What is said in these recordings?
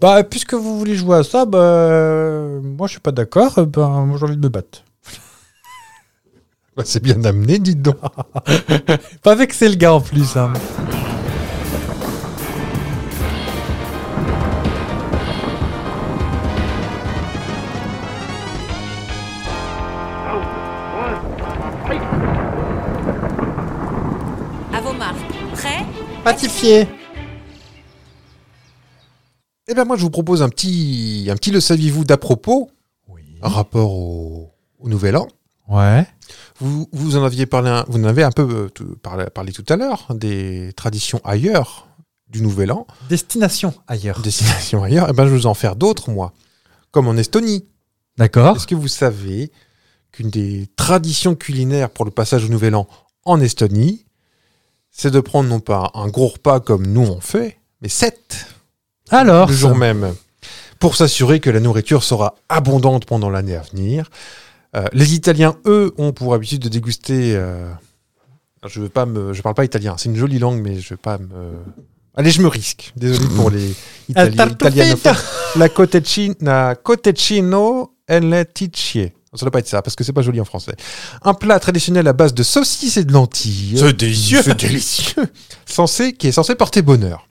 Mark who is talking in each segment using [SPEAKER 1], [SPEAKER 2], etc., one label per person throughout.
[SPEAKER 1] Bah, puisque vous voulez jouer à ça, bah, euh, moi je suis pas d'accord, euh, ben, moi j'ai envie de me battre.
[SPEAKER 2] Bah, c'est bien amené, dites donc.
[SPEAKER 1] Pas vexer le gars en plus. Hein.
[SPEAKER 3] À vos marques. Prêt
[SPEAKER 1] Patifié.
[SPEAKER 2] Eh bien, moi, je vous propose un petit, un petit le saviez-vous d'à propos,
[SPEAKER 1] Oui.
[SPEAKER 2] un rapport au, au Nouvel An.
[SPEAKER 1] Ouais.
[SPEAKER 2] Vous, vous en aviez parlé, un- vous en avez un peu euh, tout- parlé, parlé tout à l'heure, hein, des traditions ailleurs du Nouvel An,
[SPEAKER 1] Destination ailleurs.
[SPEAKER 2] destinations ailleurs. Eh ben, je vais vous en faire d'autres, moi. Comme en Estonie.
[SPEAKER 1] D'accord.
[SPEAKER 2] Est-ce que vous savez qu'une des traditions culinaires pour le passage au Nouvel An en Estonie, c'est de prendre non pas un gros repas comme nous on fait, mais sept
[SPEAKER 1] Alors.
[SPEAKER 2] le jour même. Pour s'assurer que la nourriture sera abondante pendant l'année à venir. Euh, les Italiens, eux, ont pour habitude de déguster. euh, je veux pas me, je parle pas italien. C'est une jolie langue, mais je veux pas me. Allez, je me risque. Désolé pour les
[SPEAKER 1] El
[SPEAKER 2] Italiens.
[SPEAKER 1] tartuffe.
[SPEAKER 2] italianophones. La cotecina, la cotecino e le ticce. Ça doit pas être ça parce que c'est pas joli en français. Un plat traditionnel à base de saucisses et de lentilles.
[SPEAKER 1] C'est délicieux.
[SPEAKER 2] C'est délicieux. Censé, qui est censé porter bonheur.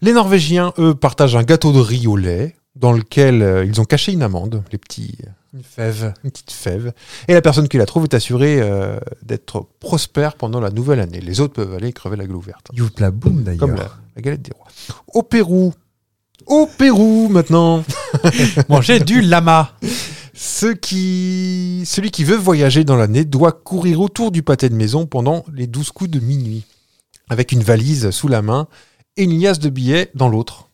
[SPEAKER 2] Les Norvégiens, eux, partagent un gâteau de riz au lait dans lequel euh, ils ont caché une amande, les petits,
[SPEAKER 1] Une fève.
[SPEAKER 2] une petite fève. Et la personne qui la trouve est assurée euh, d'être prospère pendant la nouvelle année. Les autres peuvent aller crever la gueule ouverte.
[SPEAKER 1] Youpla boum
[SPEAKER 2] Comme la,
[SPEAKER 1] d'ailleurs.
[SPEAKER 2] la galette des rois. Au Pérou. Au Pérou maintenant.
[SPEAKER 1] Manger du lama.
[SPEAKER 2] Ce qui... Celui qui veut voyager dans l'année doit courir autour du pâté de maison pendant les 12 coups de minuit, avec une valise sous la main et une liasse de billets dans l'autre.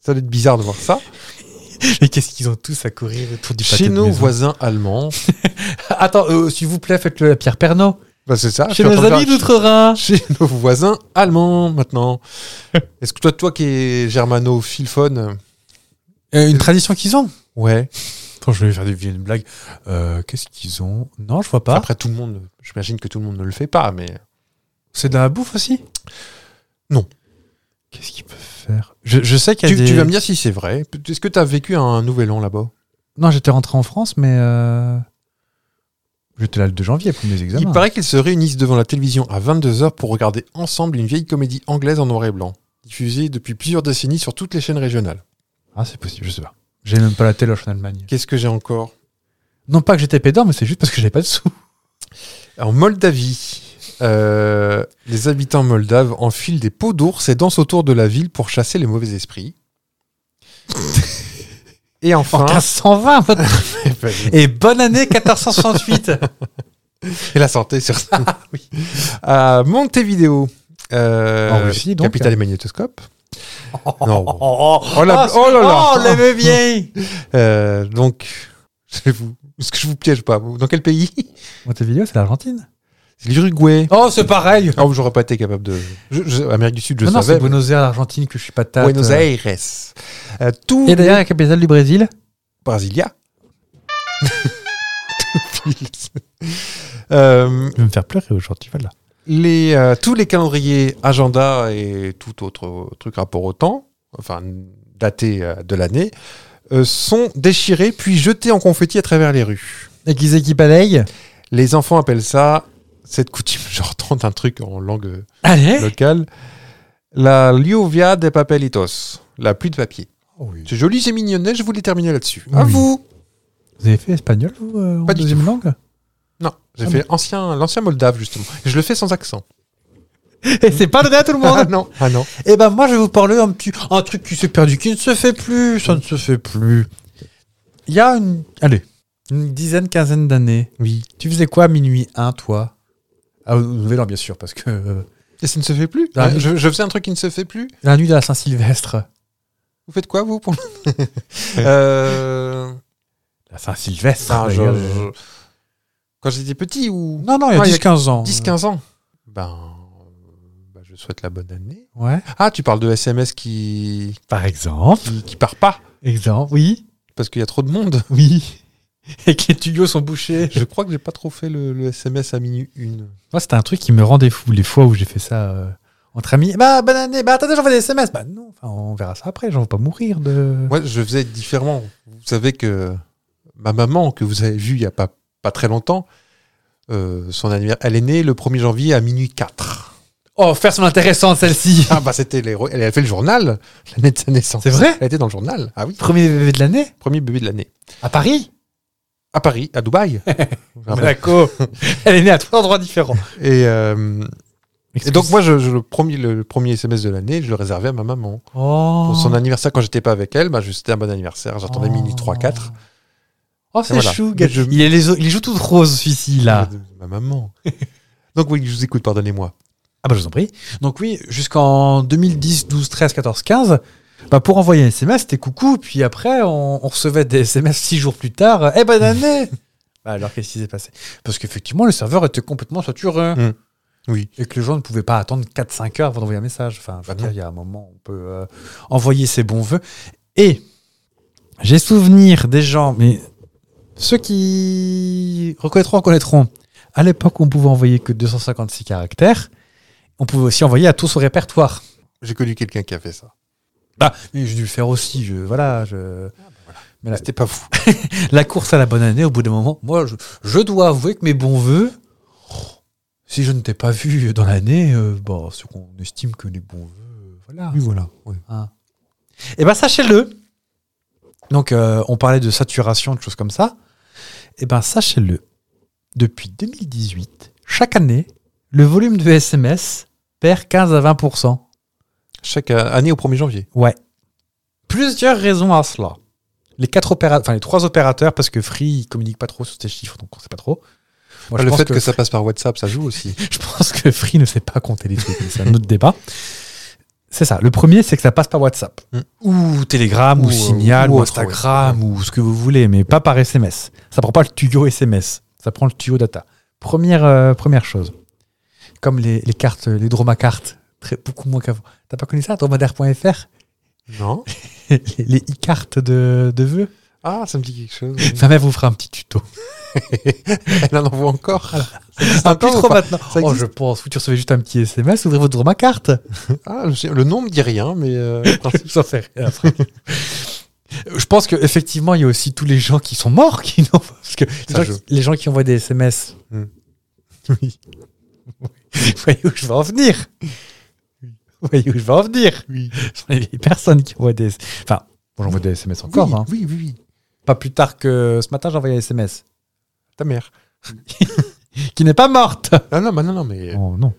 [SPEAKER 2] Ça va être bizarre de voir ça.
[SPEAKER 1] Mais qu'est-ce qu'ils ont tous à courir autour du pâté
[SPEAKER 2] Chez
[SPEAKER 1] de
[SPEAKER 2] nos
[SPEAKER 1] maison.
[SPEAKER 2] voisins allemands,
[SPEAKER 1] Attends, euh, s'il vous plaît, faites-le à Pierre Pernaud.
[SPEAKER 2] Bah, c'est ça. je
[SPEAKER 1] Chez
[SPEAKER 2] suis en
[SPEAKER 1] nos
[SPEAKER 2] train de
[SPEAKER 1] amis
[SPEAKER 2] faire-
[SPEAKER 1] d'Outre-Rhin.
[SPEAKER 2] Chez nos voisins allemands maintenant. Est-ce que toi, toi qui es germanophilphone, euh,
[SPEAKER 1] Euh, une tradition qu'ils ont.
[SPEAKER 2] ouais.
[SPEAKER 1] Attends, je vais faire des vieilles blagues. Euh, qu'est-ce qu'ils ont Non, je vois pas.
[SPEAKER 2] Après tout le monde, j'imagine que tout le monde ne le fait pas, mais
[SPEAKER 1] C'est de la bouffe aussi
[SPEAKER 2] Non.
[SPEAKER 1] Qu'est-ce qu'ils peuvent faire je, je sais qu'il y a
[SPEAKER 2] tu,
[SPEAKER 1] des...
[SPEAKER 2] tu vas me dire si c'est vrai. Est-ce que tu as vécu un nouvel an là-bas
[SPEAKER 1] Non, j'étais rentré en France, mais... euh, J'étais là le 2 janvier pour mes examens.
[SPEAKER 2] Il paraît qu'ils se réunissent devant la télévision à 22h pour regarder ensemble une vieille comédie anglaise en noir et blanc, diffusée depuis plusieurs décennies sur toutes les chaînes régionales.
[SPEAKER 1] Ah, c'est possible, je sais pas. J'ai même pas la téloche en Allemagne.
[SPEAKER 2] Qu'est-ce que j'ai encore
[SPEAKER 1] Non pas que j'étais pédant, mais c'est juste parce que j'avais pas de sous.
[SPEAKER 2] En Moldavie, euh, les habitants moldaves enfilent des peaux d'ours et dansent autour de la ville pour chasser les mauvais esprits. et
[SPEAKER 1] En
[SPEAKER 2] enfin,
[SPEAKER 1] 1520 moi. Et bonne année 1468
[SPEAKER 2] et la santé sur ça.
[SPEAKER 1] Ah,
[SPEAKER 2] À Montevideo, euh,
[SPEAKER 1] En Russie, donc.
[SPEAKER 2] capitale des magnétoscopes.
[SPEAKER 1] Oh,
[SPEAKER 2] Non.
[SPEAKER 1] oh, oh.
[SPEAKER 2] Oh la-
[SPEAKER 1] Oh,
[SPEAKER 2] oh là là.
[SPEAKER 1] oh, la veuve vieille
[SPEAKER 2] Euh, donc, je vous, est-ce que je vous piège pas Vous- Dans quel pays
[SPEAKER 1] Montevideo, c'est l'Argentine
[SPEAKER 2] C'est l'Uruguay.
[SPEAKER 1] Oh, c'est pareil
[SPEAKER 2] Ah, j'aurais pas été capable de. Je- je- Amérique du Sud, je
[SPEAKER 1] Non, non,
[SPEAKER 2] savais.
[SPEAKER 1] c'est Buenos Aires, l'Argentine, que je suis
[SPEAKER 2] mais-
[SPEAKER 1] patate.
[SPEAKER 2] Buenos
[SPEAKER 1] euh.
[SPEAKER 2] Aires. Euh, tout
[SPEAKER 1] Et d'ailleurs, la capitale du Brésil
[SPEAKER 2] Brasilia. Tout pile. Euh,
[SPEAKER 1] Je vais me faire pleurer aujourd'hui, voilà.
[SPEAKER 2] les, euh, tous les calendriers, agendas et tout autre truc rapport au temps, enfin daté euh, de l'année, euh, sont déchirés puis jetés en confetti à travers les rues.
[SPEAKER 1] Et qu'ils aient qui balayent
[SPEAKER 2] Les enfants appellent ça, cette coutume, je retente un truc en langue
[SPEAKER 1] Allez
[SPEAKER 2] locale, la lluvia de papelitos, la pluie de papier.
[SPEAKER 1] Oh,
[SPEAKER 2] C'est joli, c'est mignonnet, je voulais terminer là-dessus. À
[SPEAKER 1] Oui.
[SPEAKER 2] vous
[SPEAKER 1] Vous avez fait espagnol, vous, euh, en
[SPEAKER 2] Pas du
[SPEAKER 1] deuxième langue
[SPEAKER 2] Non, j'ai
[SPEAKER 1] Ah
[SPEAKER 2] fait ancien, l'ancien moldave, justement. Et je le fais sans accent.
[SPEAKER 1] Et c'est pas donné à tout le
[SPEAKER 2] Ah
[SPEAKER 1] monde
[SPEAKER 2] non, ah non.
[SPEAKER 1] Eh ben, moi, je vais vous parler un petit... Un truc qui s'est perdu, qui ne se fait plus, ça ne se fait plus. Il y a une... Allez, une dizaine, quinzaine d'années.
[SPEAKER 2] Oui.
[SPEAKER 1] Tu faisais quoi à minuit 1, toi Ah, au Nouvel An, bien sûr, parce que... euh,
[SPEAKER 2] Et ça ne se fait plus
[SPEAKER 1] Ah,
[SPEAKER 2] Ah,
[SPEAKER 1] oui.
[SPEAKER 2] je, je faisais un truc qui ne se fait plus
[SPEAKER 1] la nuit de la Saint-Sylvestre.
[SPEAKER 2] Vous faites quoi, vous pour... le- euh...
[SPEAKER 1] La Saint-Sylvestre
[SPEAKER 2] non, Ah, je-
[SPEAKER 1] d'ailleurs.
[SPEAKER 2] je- Quand j'étais petit ou...
[SPEAKER 1] Non, non, il y a
[SPEAKER 2] Ah, il y a
[SPEAKER 1] 10-15 ans.
[SPEAKER 2] 10-15 ans Ben... ben, Je souhaite la bonne année.
[SPEAKER 1] Ouais.
[SPEAKER 2] Ah, tu parles de SMS qui,
[SPEAKER 1] Par exemple.
[SPEAKER 2] qui, qui part pas
[SPEAKER 1] Exemple, oui.
[SPEAKER 2] parce qu'il y a trop de monde.
[SPEAKER 1] Oui. Et que les tuyaux sont bouchés.
[SPEAKER 2] Je crois que j'ai pas trop fait le, le SMS à minuit une.
[SPEAKER 1] Moi, c'était un truc qui me rendait fou les fois où j'ai fait ça euh, entre amis. Bah, bonne année. Bah, attendez, j'envoie des SMS. Bah, non, enfin, on verra ça après. J'en veux pas mourir de.
[SPEAKER 2] Moi, je faisais différemment. Vous savez que ma maman, que vous avez vue il y a pas, pas très longtemps, euh, son anniversaire, elle est née le 1er janvier à minuit 4.
[SPEAKER 1] Oh, faire son intéressant, celle-ci.
[SPEAKER 2] Ah bah c'était l'héros. Elle a fait le journal l'année de sa naissance.
[SPEAKER 1] C'est vrai
[SPEAKER 2] Elle était dans le journal. Ah oui.
[SPEAKER 1] Premier bébé de l'année
[SPEAKER 2] Premier bébé de l'année.
[SPEAKER 1] À Paris
[SPEAKER 2] À Paris, à Dubaï. Ah bah.
[SPEAKER 1] Monaco. Elle est née à trois endroits différents.
[SPEAKER 2] et, euh, et donc moi, je, je- le, premier, le premier SMS de l'année, je le réservais à ma maman.
[SPEAKER 1] Oh.
[SPEAKER 2] Pour son anniversaire, quand j'étais pas avec elle, bah, je- c'était un bon anniversaire. J'attendais
[SPEAKER 1] Oh.
[SPEAKER 2] minuit 3, 4.
[SPEAKER 1] Oh, c'est
[SPEAKER 2] Voilà.
[SPEAKER 1] chou,
[SPEAKER 2] Mais
[SPEAKER 1] gars.
[SPEAKER 2] je-
[SPEAKER 1] Il, est les, il les joue tout rose, celui-ci, là.
[SPEAKER 2] Ma maman. donc oui, je vous écoute, pardonnez-moi.
[SPEAKER 1] Ah bah je vous en prie. Donc oui, jusqu'en 2010, 12, 13, 14, 15, bah pour envoyer un SMS, c'était coucou, puis après on, on recevait des SMS six jours plus tard, euh, eh bonne année bah Alors qu'est-ce qui s'est passé Parce qu'effectivement le serveur était complètement saturé.
[SPEAKER 2] Mm. Oui.
[SPEAKER 1] Et que les gens ne pouvaient pas attendre 4-5 heures avant d'envoyer un message. Enfin, je veux
[SPEAKER 2] Bah non.
[SPEAKER 1] dire, il y a un moment où on peut euh, envoyer ses bons voeux. Et j'ai souvenir des gens, mais ceux qui reconnaîtront, reconnaîtront. À l'époque, on pouvait envoyer que 256 caractères. On pouvait aussi envoyer à tout son répertoire.
[SPEAKER 2] J'ai connu quelqu'un qui a fait ça.
[SPEAKER 1] Bah, mais j'ai dû le faire aussi. Je, voilà, je- Ouais.
[SPEAKER 2] C'était pas vous.
[SPEAKER 1] la course à la bonne année, au bout d'un moment, moi, je, je dois avouer que mes bons voeux, oh, si je ne t'ai pas vu dans l'année, euh, bon, ce qu'on estime que les bons voeux, euh, voilà. Ah.
[SPEAKER 2] voilà.
[SPEAKER 1] Eh ben, sachez-le. Donc, euh, on parlait de saturation, de choses comme ça. Eh ben, sachez-le. Depuis 2018, chaque année, le volume de SMS perd 15 à 20
[SPEAKER 2] Chaque euh, année au 1er janvier.
[SPEAKER 1] Ouais. Plusieurs raisons à cela. Les quatre opéra- enfin les trois opérateurs, parce que Free il communique pas trop sur ces chiffres, donc on sait pas trop. Moi,
[SPEAKER 2] Ah,
[SPEAKER 1] je
[SPEAKER 2] le
[SPEAKER 1] pense
[SPEAKER 2] fait que, ça passe par WhatsApp, ça joue aussi.
[SPEAKER 1] je pense que Free ne sait pas compter les trucs, mais c'est un autre débat. C'est ça. Le premier, c'est que ça passe par WhatsApp.
[SPEAKER 2] Hmm.
[SPEAKER 1] Ou Telegram, ou,
[SPEAKER 2] Ou, euh,
[SPEAKER 1] Signal,
[SPEAKER 2] ou
[SPEAKER 1] ou,
[SPEAKER 2] autre,
[SPEAKER 1] Instagram, ou ce que vous voulez, mais pas par SMS. Ça prend pas le tuyau SMS. Ça prend le tuyau data. Première, euh, première chose. Comme les, les cartes, les dromacartes, très, beaucoup moins qu'avant. T'as pas connu ça, dromadaire.fr
[SPEAKER 2] Non
[SPEAKER 1] les, les e-cartes de, de vœux.
[SPEAKER 2] Ah, ça me dit quelque chose.
[SPEAKER 1] Ma mère vous fera un petit tuto.
[SPEAKER 2] Elle en envoie encore. Ça existe
[SPEAKER 1] Un petit
[SPEAKER 2] encore ou
[SPEAKER 1] trop
[SPEAKER 2] pas
[SPEAKER 1] maintenant.
[SPEAKER 2] Ça
[SPEAKER 1] Oh,
[SPEAKER 2] existe
[SPEAKER 1] je pense. Vous tu recevez juste un petit SMS, ouvrez votre ma carte.
[SPEAKER 2] Ah, je sais- le nom me dit rien, mais euh, le principe-
[SPEAKER 1] Ça fait rien. après. Euh, je pense qu'effectivement, il y a aussi tous les gens qui sont morts. Qui n'ont- Parce que les,
[SPEAKER 2] Ça
[SPEAKER 1] gens
[SPEAKER 2] joue.
[SPEAKER 1] qui, les gens qui envoient des SMS.
[SPEAKER 2] Hmm.
[SPEAKER 1] Oui. Vous voyez où je veux en venir. Vous voyez où je veux en venir.
[SPEAKER 2] Oui.
[SPEAKER 1] Ce sont les vieilles personnes qui envoient des. Enfin, bon, j'envoie des SMS encore.
[SPEAKER 2] oui,
[SPEAKER 1] hein.
[SPEAKER 2] oui, oui, oui.
[SPEAKER 1] Pas plus tard que ce matin, j'ai envoyé un SMS.
[SPEAKER 2] Ta mère.
[SPEAKER 1] Qui n'est pas morte.
[SPEAKER 2] Ah non, bah non, non, mais
[SPEAKER 1] Oh, non.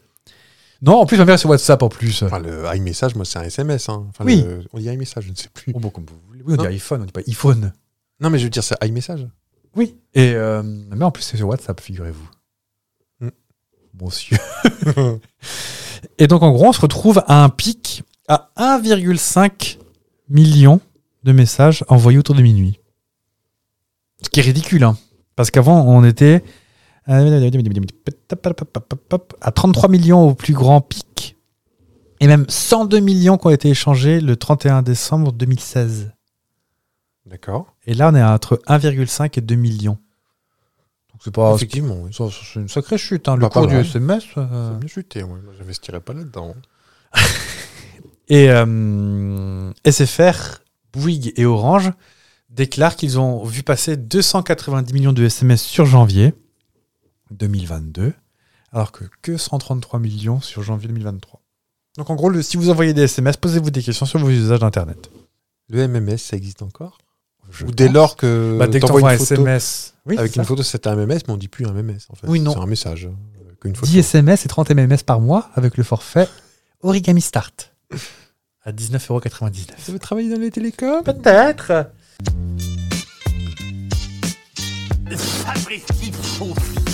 [SPEAKER 1] Non, en plus, ma mère est sur WhatsApp en plus.
[SPEAKER 2] enfin, le iMessage, moi, c'est un SMS. hein. Enfin,
[SPEAKER 1] Oui.
[SPEAKER 2] le- On dit iMessage, je ne sais plus.
[SPEAKER 1] Oh, bon, comme vous voulez. Oui, on dit iPhone, on dit pas iPhone.
[SPEAKER 2] Non, mais je veux dire, c'est iMessage.
[SPEAKER 1] Oui. Et euh, ma mère, en plus, c'est sur WhatsApp, figurez-vous.
[SPEAKER 2] Hmm.
[SPEAKER 1] Monsieur. Et donc, en gros, on se retrouve à un pic à 1,5 million de messages envoyés autour de minuit. Ce qui est ridicule, hein. Parce qu'avant, on était euh, à 33 millions au plus grand pic. Et même 102 millions qui ont été échangés le 31 décembre 2016.
[SPEAKER 2] D'accord.
[SPEAKER 1] Et là, on est à entre 1,5 et 2 millions. Donc Oh, c'est pas...
[SPEAKER 2] Effectivement, oui.
[SPEAKER 1] ça- C'est une sacrée chute, hein, le
[SPEAKER 2] Bah, pas
[SPEAKER 1] cours du
[SPEAKER 2] mal.
[SPEAKER 1] SMS.
[SPEAKER 2] Ça
[SPEAKER 1] euh.
[SPEAKER 2] a bien chuté, ouais. Moi, j'investirais pas là-dedans.
[SPEAKER 1] Et euh, SFR, Bouygues et Orange déclarent qu'ils ont vu passer 290 millions de SMS sur janvier 2022, alors que que 133 millions sur janvier 2023. Donc en gros, le- si vous envoyez des SMS, posez-vous des questions sur vos usages d'Internet.
[SPEAKER 2] Le MMS, ça existe encore
[SPEAKER 1] Je
[SPEAKER 2] Ou dès
[SPEAKER 1] pense.
[SPEAKER 2] lors que
[SPEAKER 1] Bah, dès que
[SPEAKER 2] t'envoies
[SPEAKER 1] t'envoies un
[SPEAKER 2] une photo
[SPEAKER 1] SMS oui,
[SPEAKER 2] avec
[SPEAKER 1] c'est
[SPEAKER 2] une
[SPEAKER 1] ça.
[SPEAKER 2] photo, c'est un MMS, mais on dit plus un MMS. En fait.
[SPEAKER 1] Oui, non.
[SPEAKER 2] C'est un message. euh, qu'une photo.
[SPEAKER 1] 10 SMS et 30 MMS par mois avec le forfait Origami Start à 19,99€.
[SPEAKER 2] Ça veut travailler dans les télécoms
[SPEAKER 1] Peut-être
[SPEAKER 3] Fabrice Tipsy.